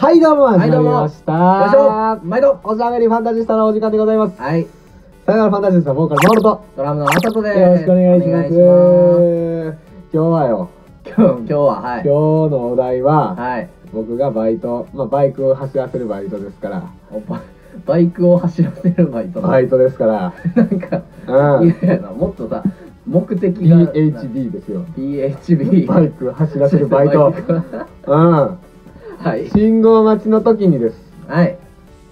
はい、どうも、はいど始まりうもました。よいしょ毎度おしゃべりファンタジスタのお時間でございます。はい、さよならファンタジスタ、ボーカル、マルト。ドラムのあさとです。よろしくお願いします。お今日はよ、願いします今日今日は、今はい。日のお題は、はい。僕がバイト、まあ、バイクを走らせるバイトですから、おババイクを走らせるバイト。バイトですから、なんか、うん、いやいやな、もっとさ、目的が。 PHD ですよ。 PHB。バイク走らせるバイト。うん。はい。信号待ちの時にです。はい。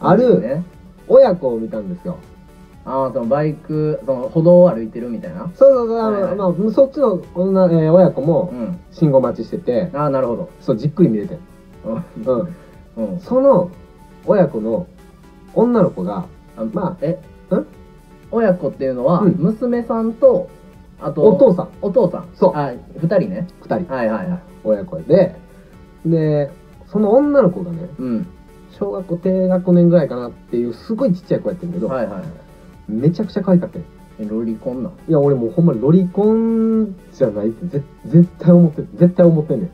あるね。親子を見たんですよ。ああ、そのバイク、その歩道を歩いてるみたいな。そうそうそう、あのはいはいまあ、そっちの女、えー親子うもん。信号待ちしてて、ああ、なるほど。そう、じっくり見れてんうん。うん。うん。その親子の女の子があまあえん親子っていうのは、うん娘さんと、あと、お父さんお父さん。そうあ、二人ね。 2人はいはいはい。親子ででその女の子がねうん。小学校低学年ぐらいかなっていうすごいちっちゃい子やってんけど、はいはいはい。めちゃくちゃ可愛かったよえロリコンなん。いや俺もうほんまロリコンじゃないってぜ絶対思って絶対思ってんねん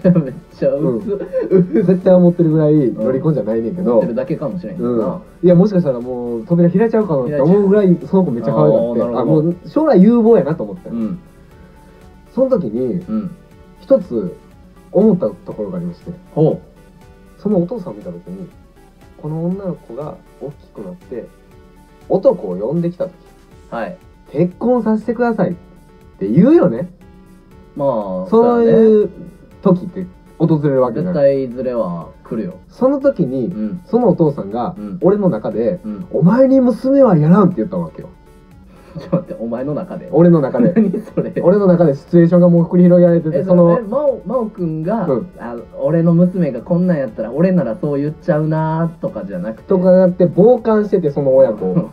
めっちゃうん薄絶対思ってるぐらいロリコンじゃないねんけい。持ど、ってうるんだけかもしれんけどな。いやもしかしたらもう扉開いちゃうかなって思うぐらいその子めっちゃ可愛あーなかるっほてどあもう将来有望やなと思って、うん。その時にうん。一つ思ったところがありましてほそのお父さんを見た時にこの女の子が大きくなって男を呼んできた時う。はい。結婚させてくださいって言うよねまあ、そうだねいう時って訪れるわけじゃ絶ない対いずれは来るよ。その時うにん。そのお父さんがうん俺の中でうん。「お前に娘はやらん」って言ったわけよちょっと待って、お前の中で。俺の中 で何それ。俺の中でシチュエーションがもう繰り広げられてえてそそののね、真央真央くんが、うんあ俺の娘がこんなんやったら俺ならそう言っちゃうなとかじゃなくて人がやって傍観しててその親子を。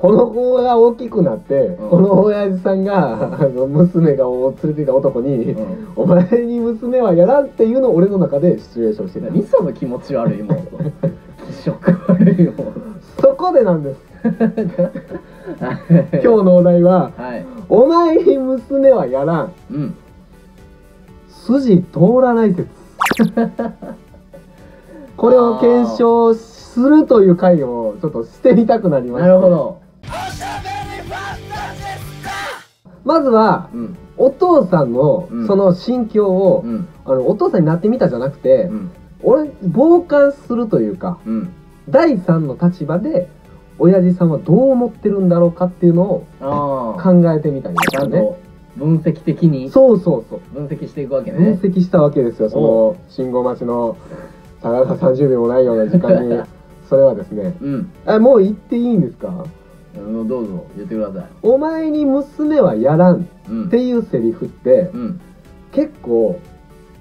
この子が大きくなって、んこの親父さんが、あの娘が連れていた男に、うんお前に娘はやらんっていうのを俺の中でシチュエーションしてた何その気持ち悪いもん 気色悪いもんそこでなんですはい今日のお題ははい「お前に娘はやらんうん筋通らない 説」これを検証するという回をちょっとしてみたくなりましたなるほどまずはうんお父さんのうんその心境を、うんあのお父さんになってみたじゃなくて、うん俺傍観するというかうん第三の立場で親父さんはどう思ってるんだろうかっていうのをああ考えてみたりちとゃかんねと分析的にそうそうそう分析していくわけ分ね析したわけですよその信号待ちのたかが30秒もないような時間 にそれはですねうんあもう言っていいんですかうんどうぞ言ってくださいお前に娘はやらんうっんていうセリフってうん結構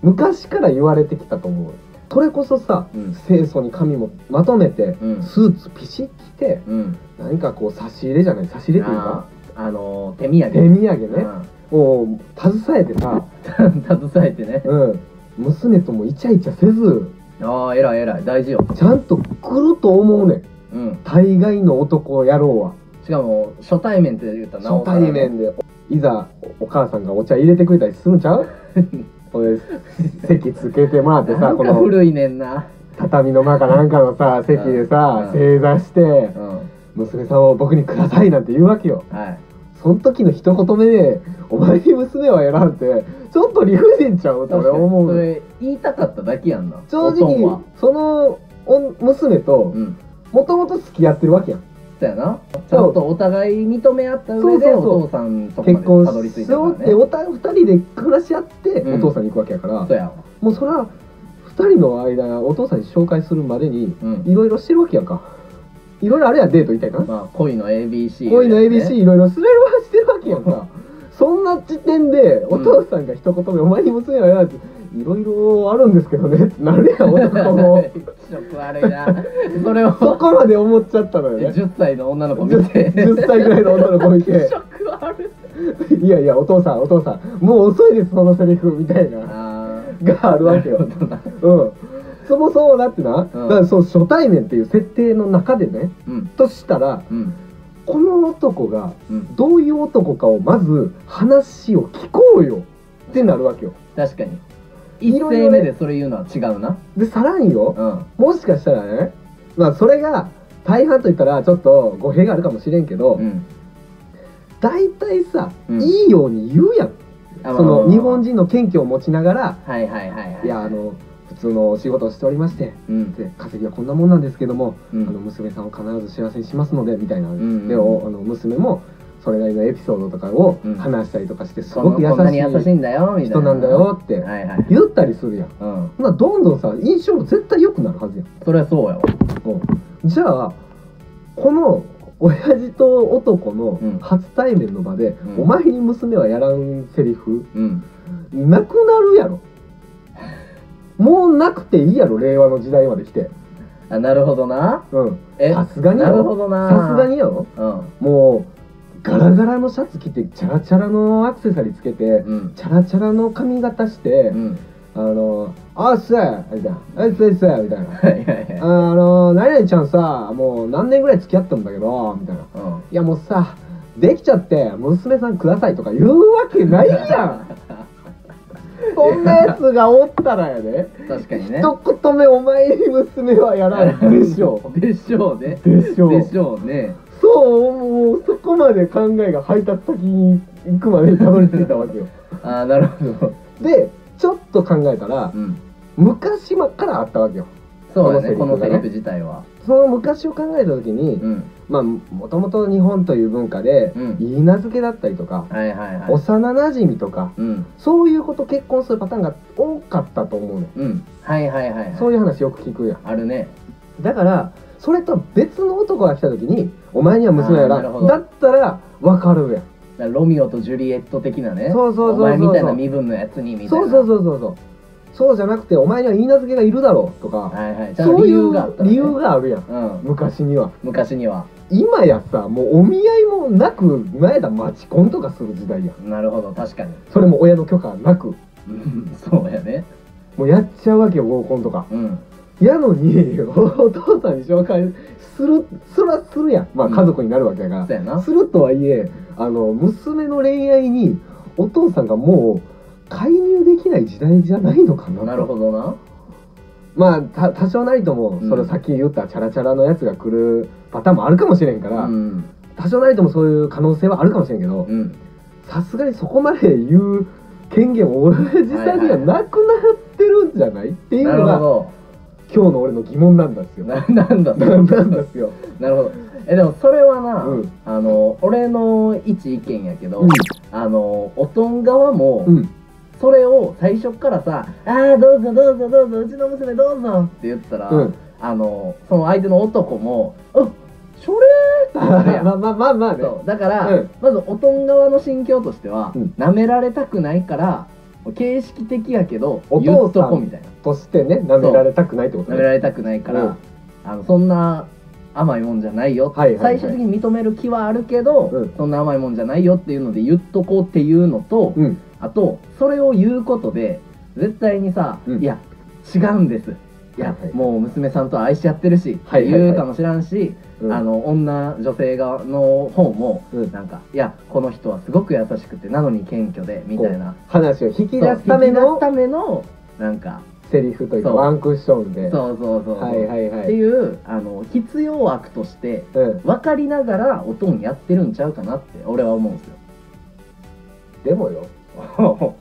昔から言われてきたと思うそれこそさうん清楚に髪もまとめてうんスーツピシッ着てうん何かこう差し入れじゃない差し入れというかあーあのー手土手産土産ねを携えてさ、うん携えてねうん、娘ともイチャイチャせずああ偉い偉い大事よちゃんと来ると思うねんうん大概の男野郎はしかも初対面って言ったらなお初さらね対面でいざお母さんがお茶入れてくれたりするんち ゃうこれ席つけてもらってなさんこかの古いねんな畳の間かなんかのさ席でさうん正座してうん娘さんを僕にくださいなんて言うわけよはいその時の一言目で「お前に娘は選んでちょっと理不尽ちゃう?」って俺思そうれ言いたかっただけやんな正おとんは直そのお娘とうんもともと付き合ってるわけやんそうやなちゃんとお互い認め合った上でそうそうそうお父さんとこ結までた婚どり着いしたかようらってねおた二人で暮らし合ってうんお父さんに行くわけやから、そうやわもうそら二人の間お父さんに紹介するまでにうんいろいろしてるわけやんかいろいろあれやデート行ったりな、まあ恋の ABC 恋ので ABC すねいろいろすれはしてるわけやんかそんな時点でお父さんが一言目「お前に娘はやら」って「いろいろあるんですけどね」ってなるやん男 も気色悪 いなそれそをこまで思っちゃったのよね10歳の女の子見 て10歳ぐらいの女の子見気て色悪い「いやいやお父さんお父さんもう遅いですそのセリフ」みたい なあがあるわけよーうんそもそもだってな、うんだからそう初対面っていう設定の中でねうんとしたらうんこの男がうんどういう男かをまず話を聞こうよってなるわけよ確かに一いろい斉ろ目ねでそれ言うのは違うなでさらにようんもしかしたらねまあそれが大半と言ったらちょっと語弊があるかもしれんけど、うん大体さ、うんいいように言うやんあその日本人人の謙虚を持ちながらはいはいはいはいいやあの普通のお仕事をしておりましてうんで稼ぎはこんなもんなんですけども、うあのん娘さんを必ず幸せにしますのでみたいな、んでおあの娘もそれなりのエピソードとかをうん話したりとかしてすこごのく優こんなに優しいしんだよみたいいな人なんだよってはいはい言ったりするやん。うんまあ、どんどんさ印象も絶対良くなるはずやん。それはそうやわうんじゃあこの親父と男うんの初対面の場で、うんお前に娘はやらんセリフうんなくなるやろもうなくていいやろ令和の時代まで来てあなるほどなうんえさすがにやなるほろどなさすがにやろうんもうガラガラのシャツ着てチャラチャラのアクセサリーつけてうんチャラチャラの髪型して、うんあの「あっせー」みたいな「あっせーっせー」みたいなはいはいあはいの、何々ちゃんさ、もう何年ぐらい付き合ったんだけど、みたいな。いうんや、もうさ、できちゃって、娘さんくださいとか言うわけないやん。そんなやつがおったらやで、確かにね。一言目お前に娘はやらんでしょでしょうねでしょでしょうねそう、もうそこまで考えが配達先に行くまでたどり着いたわけよ。あーなるほどで、ちょっと考えたら、うん昔からあったわけよ。そうだねここののセセリリフフ自体はその昔を考えた時に、うんまあ、もともと日本という文化で、うん言い名付けだったりとか、はいはいはい幼なじみとか、うんそういうこと結婚するパターンが多かったと思うのよ。うんはいはいはいはいそういう話よく聞くやん。あるねだから、それとは別の男が来た時に、お前には娘やあーならるほど、だったら分かるやん。だからロミオとジュリエット的なねそうそうそうそうそうお前みたいな身分のやつにみたいなそうそううそうそうそう。そうじゃなくて、お前には言い名付けがいるだろうとか、はいはいちゃんそとう理い由うがあったら理ね由があるやん。うん昔には。昔には今やさ、もうお見合いもなく、前だ待ち婚とかする時代やん。なるほど確かにそれも親の許可なく。うんそうやねもうやっちゃうわけよ合コンとかうんやのにお父さんに紹介するそらするやんまあうん家族になるわけやから、そうやなするとはいえあの娘の恋愛にお父さんがもう介入できない時代じゃないのかなとなるほどなまあた多少なりともうんそれさっき言ったチャラチャラのやつが来るパターンもあるかもしれんから、うん多少なりともそういう可能性はあるかもしれんけどうんさすがにそこまで言う権限を親父さんにはなくなってるんじゃない、っていうなのるがほ今日の俺の疑問なんですどよ。ななんだなんですよ。なるほどえでもそれはな、うんあの俺の一意見やけど、うんあのおとん側も、うん。それを最初からさ「ああどうぞどうぞどうぞうちの娘どうぞ」って言ったら、うん。あのその相手の男も「あそれ!」ってまなるやあんまあまあまあね。そうだから、うんまずおとん側の心境としては、うん舐められたくないから形式的やけどお父さん言っとこみたいなとしてね、舐められたくないってこと舐めらね。れたくないから、うんあのそんな甘いもんじゃないよ、はいはいはい最終的に認める気はあるけど、うんそんな甘いもんじゃないよっていうので言っとこうっていうのと、うん。あとそれを言うことで絶対にさ、うんいや違うんですいや、はいはいもう娘さんと愛し合ってるし、はいはいはい言うかもしらんし、うんあの女女性側の方も、うんなんかいやこの人はすごく優しくてなのに謙虚でみたいな話を引き引出すためき出すのためのなんかセリフというかそうワンクッションで。そうそうそうそう、はいはいっはてい。いうあの必要悪としてうん。分かりながらおとんやってるんちゃうかなって俺は思うんですでもよ、よ。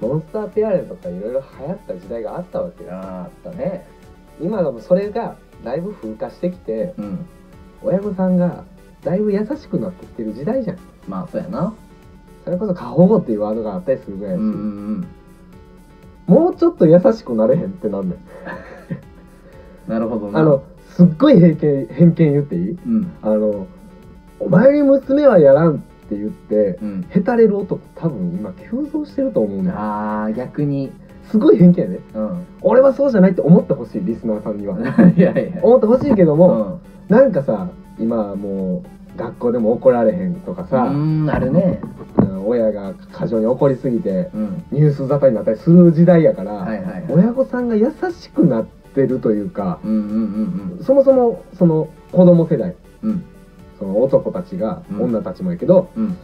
モンスターペアレントとかいろいろ流行った時代があったわけよ。あったね。今がもうそれがだいぶ風化してきて、うん。親御さんがだいぶ優しくなってきてる時代じゃん。まあそうやな。それこそ過保護っていうワードがあったりするぐらういんだうし、んもうちょっと優しくなれへんってなんねん。うん。なるほどな。あの、すっごい偏見偏見言っていいうんあの、お前に娘はやらんって言って、うん。へたれる男多分今急増してると思うねんああ逆に。すごい偏見やね。うん。 俺はそうじゃないって思ってほしい、リスナーさんには。いやいや。思ってほしいけどうも、ん。なんかさ、今もう学校でも怒られへんとかうさ、んあるね。うん親が過剰に怒りすぎてうん。ニュース沙汰になったりする時代やから、はいはいはい。親御さんが優しくなってるというか、うんうんうんそもそもその子供世代、うんうんその男たちが、うん女たちもやけど、うん。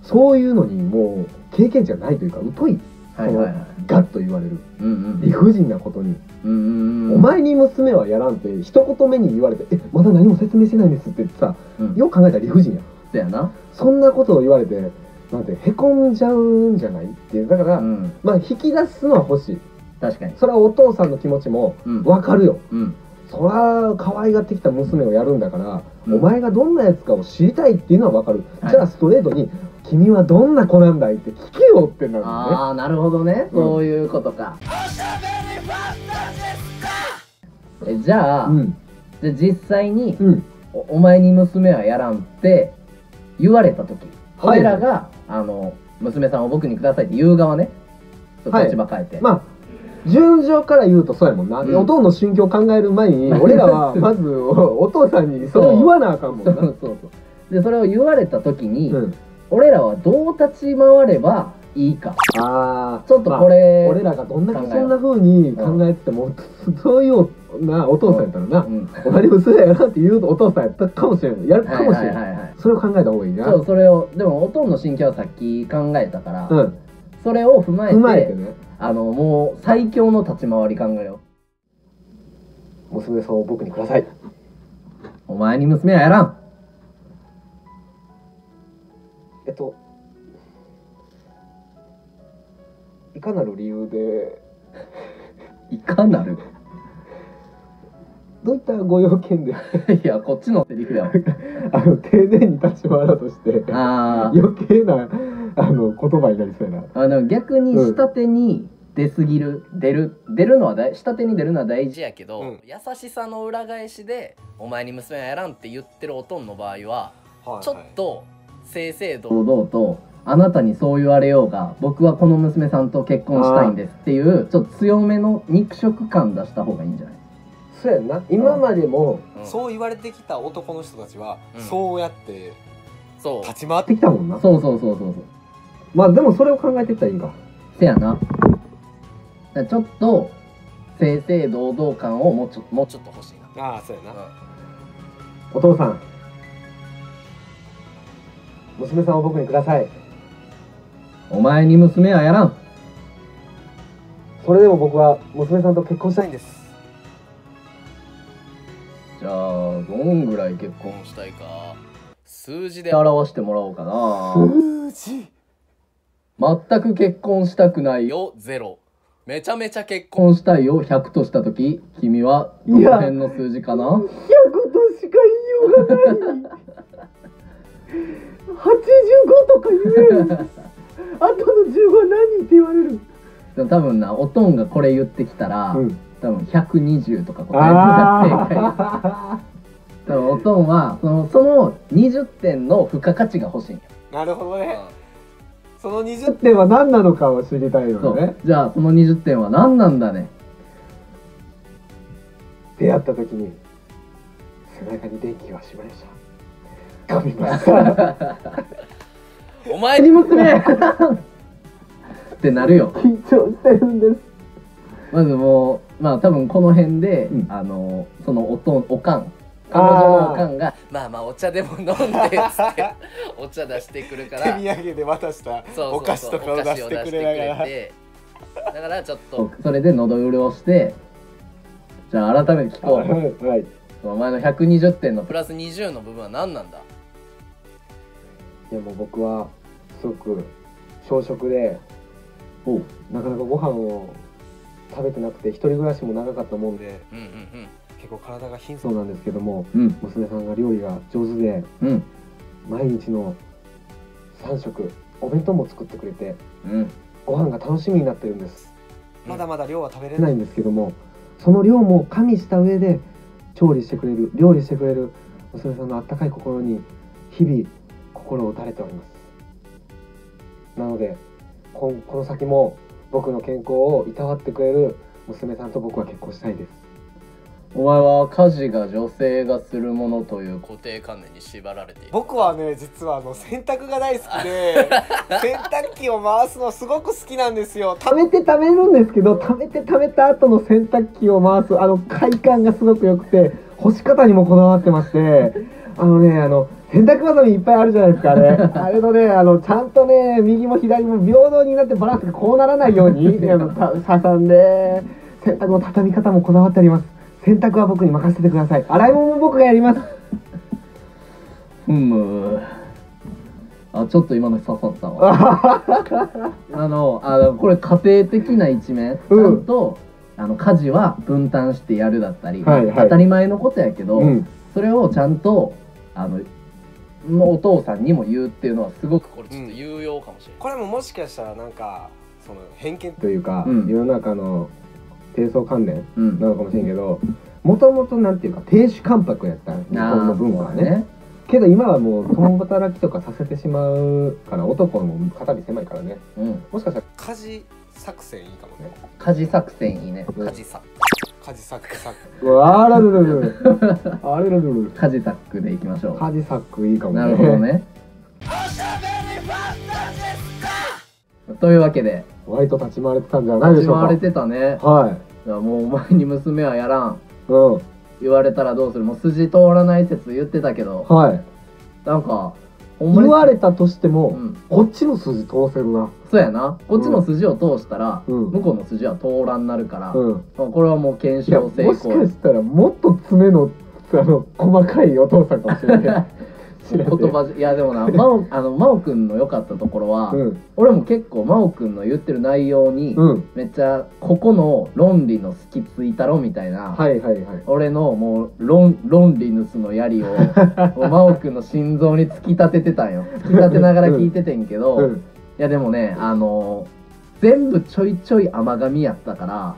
そういうのにもう経験値がないというか疎いはいはいはいガッと言われるうんうん理不尽なことに、うんうんうんお前に娘はやらんって一言目に言われて「えまだ何も説明してないんです」って言ってさうんよく考えたら理不尽やんそやなそんなことを言われてなんてへこんじゃうんじゃないっていうだから、うんまあ引き出すのは欲しい確かにそれはお父さんの気持ちもうんわかるようんそら可愛がってきた娘をやるんだから、うんお前がどんなやつかを知りたいっていうのはわかる、はいじゃあストレートに「君はどんな子なんだい?」って聞けよってなるよねああなるほどねそういうことかえじゃあ、うんじゃあ実際にうんおお前に娘はやらんって言われた時、はい俺らがあの娘さんを僕にくださいって言う側ねちょっとはい立場変えて、まあ順序から言うとそうやもんな、うんお父の心境を考える前に俺らはまずおお父さんにそれを言わなあかんもんそな うそうそうでそれを言われた時に、うん、俺らはどう立ち回ればいいかああちょっとこれ、俺らがどんだけ考えようそんな風に考えてても、そういうようなお父さんやったらな、うんお前に娘やなって言うお父さんやったかもしれないやるかもしれない,、はいはいはいはいそれを考えた方がいいなそうそれをでもおとんの心境はさっき考えたから、うんそれを踏まえて踏まえてねあのもう最強の立ち回り考えよ娘さんを僕にくださいうお前に娘はやらんえっといかなる理由でいかなるどういったご用件で いやこっちのセリフやわあの丁寧に立ち回ろうとしてあー余計なあの言葉になりそうやなあの逆に下手に出すぎる、出る出るのはだい下手に出るのは大事やけど、うん優しさの裏返しで「お前に娘はやらん」って言ってるおとんの場合はちょっと正々堂々と「あなたにそう言われようが僕はこの娘さんと結婚したいんです」っていうちょっと強めの肉食感出した方がいいんじゃない、そうやんな今までもそうそう言われてきた男の人たちは、うんそうやってそう立ち回っやっててきたもんなそうそうそうそうそうまあでもそれを考えていったらいいんかせやなだからちょっと正々堂々感をもうちょもうちょっと欲しいなああそうやな、お父さん娘さんを僕にくださいお前に娘はやらんそれでも僕は娘さんと結婚したいんですじゃあどんぐらい結婚したいか数字で表してもらおうかなうち全く結婚したくないよ0めちゃめちゃ結婚したいよ100とした時君はどの辺の数字かな100としか言いようがない85とか言えよあとの15は何って言われるでも多分なおとんがこれ言ってきたら、うん多分120とか答えが正解あ 多分おとんはそのその20点の付加価値が欲しいんよなるほどね、そあの20点は何なのかを知りたいそよねうじゃあその20点は何なんだね出会った時に背中に電気がしまいました噛みましたお前に娘ってなる よ緊張してるんですまずもうまあ多分この辺で、うんあのそのおとんおかんあ彼ー女のおかんがまあまあお茶でも飲んでっつって お茶出してくるか手土産で渡したお菓子とかを出してくれながらだからちょっとそれで喉潤してじゃあ改めて聞こうはいお前の120点のプラス20の部分は何なんだいやもう僕はすごく小食でおうなかなかご飯を食べてなくて一人暮らしも長かったもんででうんうん結構体が貧そう相なんですけどもうん娘さんが料理が上手でうん毎日の3食お弁当も作ってくれてうんご飯が楽しみになってるんですまだまだ量は食べれ出なないいんですけどもその量も加味した上で調理してくれる料理してくれる娘さんのあったかい心に日々心を打たれておりますなのでこんこの先も僕の健康をいたわってくれる娘さんと僕は結婚したいですお前は家事が女性がするものという固定観念に縛られている僕はね実はあの洗濯が大好き で洗濯機を回すのすごく好きなんですよた溜めて溜めるんですけど溜めて溜めた後の洗濯機を回すあの快感がすごく良くて干し方にもこだわってましてあのねあの洗濯バサミいっぱいあるじゃないですかあれ あれのねあのちゃんとね右も左も平等になってバランスがこうならないよう にあのた挟んで洗濯の畳み方もこだわってあります洗濯は僕に任せてください洗い物も僕がやりますふむあちょっと今の刺さったわあのあのこれ家庭的な一面ちゃうんんと、あの家事は分担してやるだったり、はいはい当たり前のことやけど、 うんそれをちゃんとあのお父さんにも言うっていうのはすごくこれちょっと有用かもしれない、これももしかしたらなんかその偏見 というか、うん世の中の低層関連うんなのかもしれんけどもともとなんていうか亭主関白やった日本の文化はねあーそうだけど今はもう共働きとかさせてしまうから男の肩身狭いからねうん、もしかしたら家事作戦いいかもね家事作戦いいね家事作家事作戦うわあらるるる あれるるる家事作でいきましょカジサックいいかうもなるほどねというわけで割と立ち回れてたんじゃないで立しちょうか回れてたねはいいやもうお前に娘はやらんうん言われたらどうするもう筋通らない説言ってたけどはいなんかほんま言にわれたとしても、うんこっちの筋通せるなそうやなこっちの筋を通したら、うん向こうの筋は通らんなるから、うんまあこれはもう検いや証もし成か功したらもっと爪のあの細かいお父さんかもし れない知らんけど言葉じいやでもな真央あの真央くんの良かったところは、うん俺も結構真央くんの言ってる内容に、うんめっちゃここの論理の隙ついたろみたいな、はいはいはい俺のもう論論理ヌス の槍をもう真央くんの心臓に突き立ててたんよ突き立てながら聞いててんけど、ういんやでもねあの全部ちょいちょい甘噛みやったから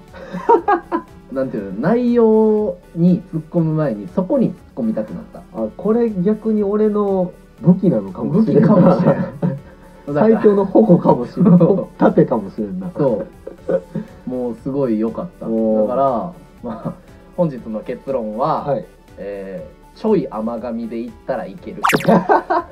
なんていうの内容に突っ込む前にそこに突っ込みたくなったあこれ逆に俺の武器なのかも武し器れんかもなしれんだから最強の矛かもしれんそう盾かもしれんなそうもうすごい良かっただかおーら、まあ、本日の結論は、はいえーちょい甘噛みで言ったらいける いやだか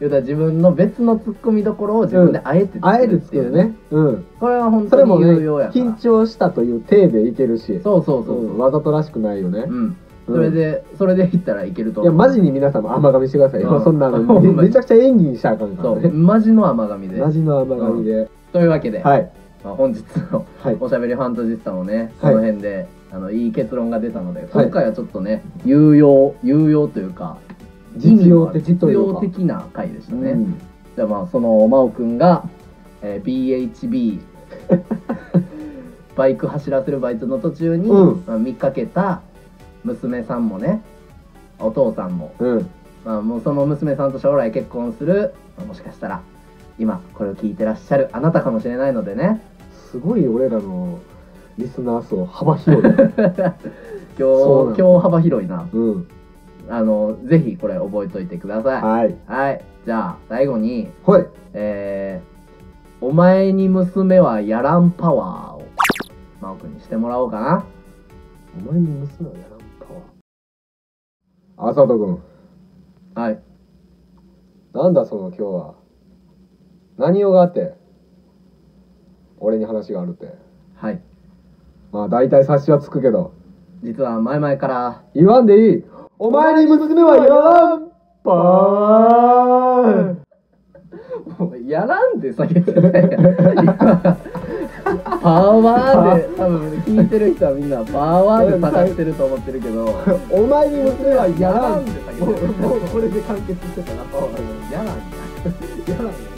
ら自分の別のツッコミどころを自分であえてあえてって作いるうねうんこれは本それ当もにね有用やから緊張したという体でいけるしそうそうそううそんうわざとらしくないよねうん、うんそれでそれで言ったらいけるといや思うマジに皆さんも甘噛みしてくださいうんよそんなの ほんまにめめちゃくちゃ演技にしたらあかんかそら うねマジの甘噛みでマジの甘噛みでというわけで、はいまあ、本日のはいおしゃべりファンタジスタもね、はいこの辺であのいい結論が出たので、はい今回はちょっとね有用有用というか実用的と実いう用か的な回でしたね、うんじゃあまあその真央くんが、えー BHB バイク走らせるバイトの途中に、うんまあ見かけた娘さんもねお父さんもうんまあ、もうその娘さんと将来結婚する、まあもしかしたら今これを聞いてらっしゃるあなたかもしれないのでねすごい俺らのリスナー層幅広い そうなん今日今日幅広いなうんあのぜひこれ覚えといてくださいははいい、じゃあ最後にはいえーお前に娘はやらんパワー」を真央君にしてもらおうかなお前に娘はやらんかあさとくんはいなんだその今日は何用があって俺に話があるってはいまあ大体察しはつくけど実は前々から言わんでいいお前に娘はやらんぱーいもうやらんで下げてた やん今パワーで多分聞いてる人はみんなパワーで探してると思ってるけどお前に娘はやや ららんんで下げてもうるもうこれで完結してたなやらんやらんよ